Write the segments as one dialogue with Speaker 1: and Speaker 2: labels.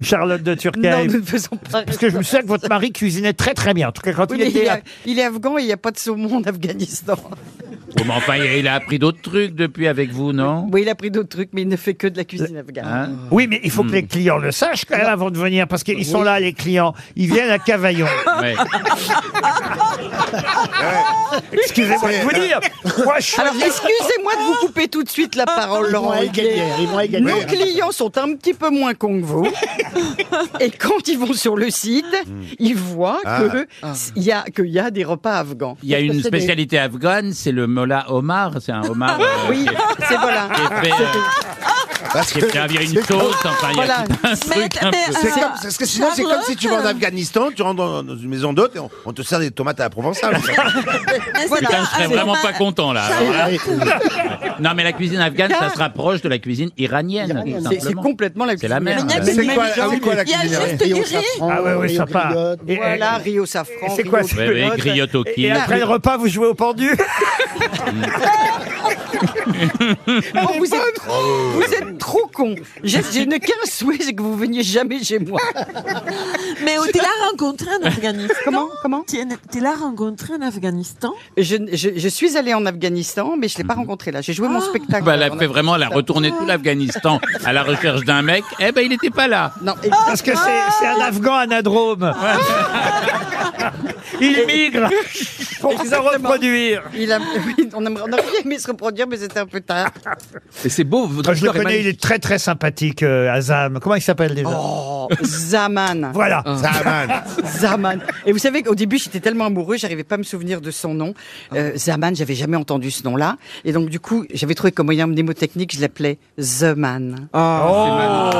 Speaker 1: Charlotte de
Speaker 2: Non,
Speaker 1: Turckheim.
Speaker 2: nous ne faisons pas.
Speaker 1: Parce que je me souviens que votre mari cuisinait très très bien. En tout cas, quand
Speaker 2: Oui,
Speaker 1: il
Speaker 2: mais il,
Speaker 1: était.
Speaker 2: est,
Speaker 1: à-
Speaker 2: il est afghan et il n'y a pas de saumon en Afghanistan.
Speaker 3: Oh, mais enfin, il a- il a appris d'autres trucs depuis avec vous, non
Speaker 2: Oui, il a pris d'autres trucs, mais il ne fait que de la cuisine afghane.
Speaker 3: Hein
Speaker 1: Oui, mais il faut que les clients le sachent quand même avant de venir, parce qu'ils sont là, les clients. Ils viennent à Cavaillon.
Speaker 3: Ouais.
Speaker 1: Excusez-moi de vous dire. Moi, je
Speaker 2: Alors,
Speaker 1: choisis-
Speaker 2: excusez-moi de vous couper tout de suite
Speaker 1: Ah,
Speaker 2: la parole, Laurent. Ruquier. Nos clients sont un petit peu moins cons que vous. et quand ils vont sur le site, ils voient que il y a qu'il y a des repas afghans.
Speaker 3: Il y a une
Speaker 2: C'est des-
Speaker 3: spécialité afghane, c'est le mola Omar. C'est un homard euh,
Speaker 2: Oui, c'est voilà.
Speaker 3: qui est fait, euh, qui est fait à virer une sauce. Enfin, il y a
Speaker 2: Voilà.
Speaker 3: tout un truc hein, un peu.
Speaker 4: euh,
Speaker 5: C'est comme, parce que sinon, c'est comme si tu vas en Afghanistan, tu rentres dans, dans une maison d'hôte et on, on te sert des tomates à la provençale.
Speaker 3: Putain, je
Speaker 4: Ah, euh,
Speaker 3: serais vraiment pas content là. Alors, voilà. Non, mais la cuisine afghane, ça se rapproche de la cuisine iranienne. tout
Speaker 2: C'est- C'est
Speaker 3: simplement.
Speaker 2: complètement la
Speaker 3: C'est la merde.
Speaker 2: cuisine.
Speaker 5: C'est quoi, ah oui, quoi la
Speaker 4: Il y a
Speaker 5: cuisine
Speaker 4: juste
Speaker 5: ouais.
Speaker 4: du riz.
Speaker 1: Ah ouais, ouais, sympa. Et- et-
Speaker 2: Oh, Voilà, riz au
Speaker 1: et
Speaker 2: safran.
Speaker 1: c'est
Speaker 2: riz
Speaker 1: quoi
Speaker 2: au-
Speaker 1: ce
Speaker 3: Ouais, ouais, griotte au
Speaker 1: Et
Speaker 3: kir.
Speaker 1: après le repas, vous jouez au pendu
Speaker 2: Oh, vous, êtes, vous êtes trop con. Je, je n'ai qu'un souhait, c'est que vous veniez jamais chez moi.
Speaker 4: Mais tu l'as rencontré en Afghanistan
Speaker 2: Ah, Comment Comment
Speaker 4: Tu tu l'as rencontré en Afghanistan
Speaker 2: je, je, je suis allée en Afghanistan, mais je ne l'ai pas rencontré là. J'ai joué mon spectacle.
Speaker 3: Mhm. Bah, elle a
Speaker 2: en
Speaker 3: fait vraiment, elle a
Speaker 2: Afghanistan.
Speaker 3: retourné tout l'Afghanistan à la recherche d'un mec. Eh ben, il n'était pas là.
Speaker 2: Non, et-
Speaker 1: Parce que c'est c'est un Afghan anadrome. Il migre pour se reproduire.
Speaker 2: il a, oui, on aimerait on aurait aimé se reproduire, mais c'était un peu tard.
Speaker 6: Et c'est beau, votre
Speaker 1: Ah, Je le
Speaker 6: fleur est
Speaker 1: connais, il est très très sympathique, euh, Azam. Comment il s'appelle déjà
Speaker 2: Oh, Zaman.
Speaker 1: Voilà.
Speaker 5: Zaman.
Speaker 2: Zaman. Et vous savez qu'au début, j'étais tellement amoureux, j'arrivais pas à me souvenir de son nom. Euh, Zaman, j'avais jamais entendu ce nom-là. Et donc, du coup, j'avais trouvé comme moyen mnémotechnique, je l'appelais The Man.
Speaker 1: Oh.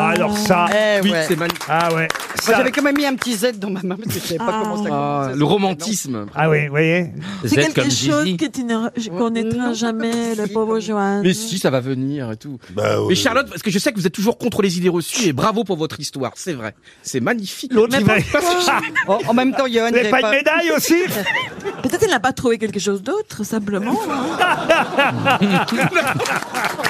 Speaker 1: Alors ça.
Speaker 2: Eh
Speaker 6: magnifique,
Speaker 2: ouais.
Speaker 6: c'est magnifique.
Speaker 1: Ah ouais.
Speaker 2: Moi,
Speaker 1: Ça.
Speaker 2: J'avais quand même mis un petit Z dans ma main parce que je savais pas
Speaker 4: Ah.
Speaker 2: comment ça
Speaker 6: Ah,
Speaker 2: commençait.
Speaker 6: le romantisme.
Speaker 1: Ah oui, vous voyez
Speaker 4: C'est
Speaker 3: Z
Speaker 4: quelque
Speaker 3: comme
Speaker 4: chose
Speaker 3: Gigi.
Speaker 4: que tu ne je connaîtras
Speaker 2: Non.
Speaker 4: jamais, le
Speaker 2: Si.
Speaker 4: pauvre Johan.
Speaker 6: Mais si, ça va venir et tout.
Speaker 5: Bah, ouais.
Speaker 6: Mais Charlotte, parce que je sais que vous êtes toujours contre les idées reçues et bravo pour votre histoire, c'est vrai. C'est magnifique.
Speaker 1: L'autre, il va.
Speaker 2: En- en même temps, Johan,
Speaker 1: Vous n'avez
Speaker 2: j'avais
Speaker 1: pas une
Speaker 2: pas-
Speaker 1: médaille aussi
Speaker 4: Peut-être il n'a pas trouvé quelque chose d'autre, simplement. hein.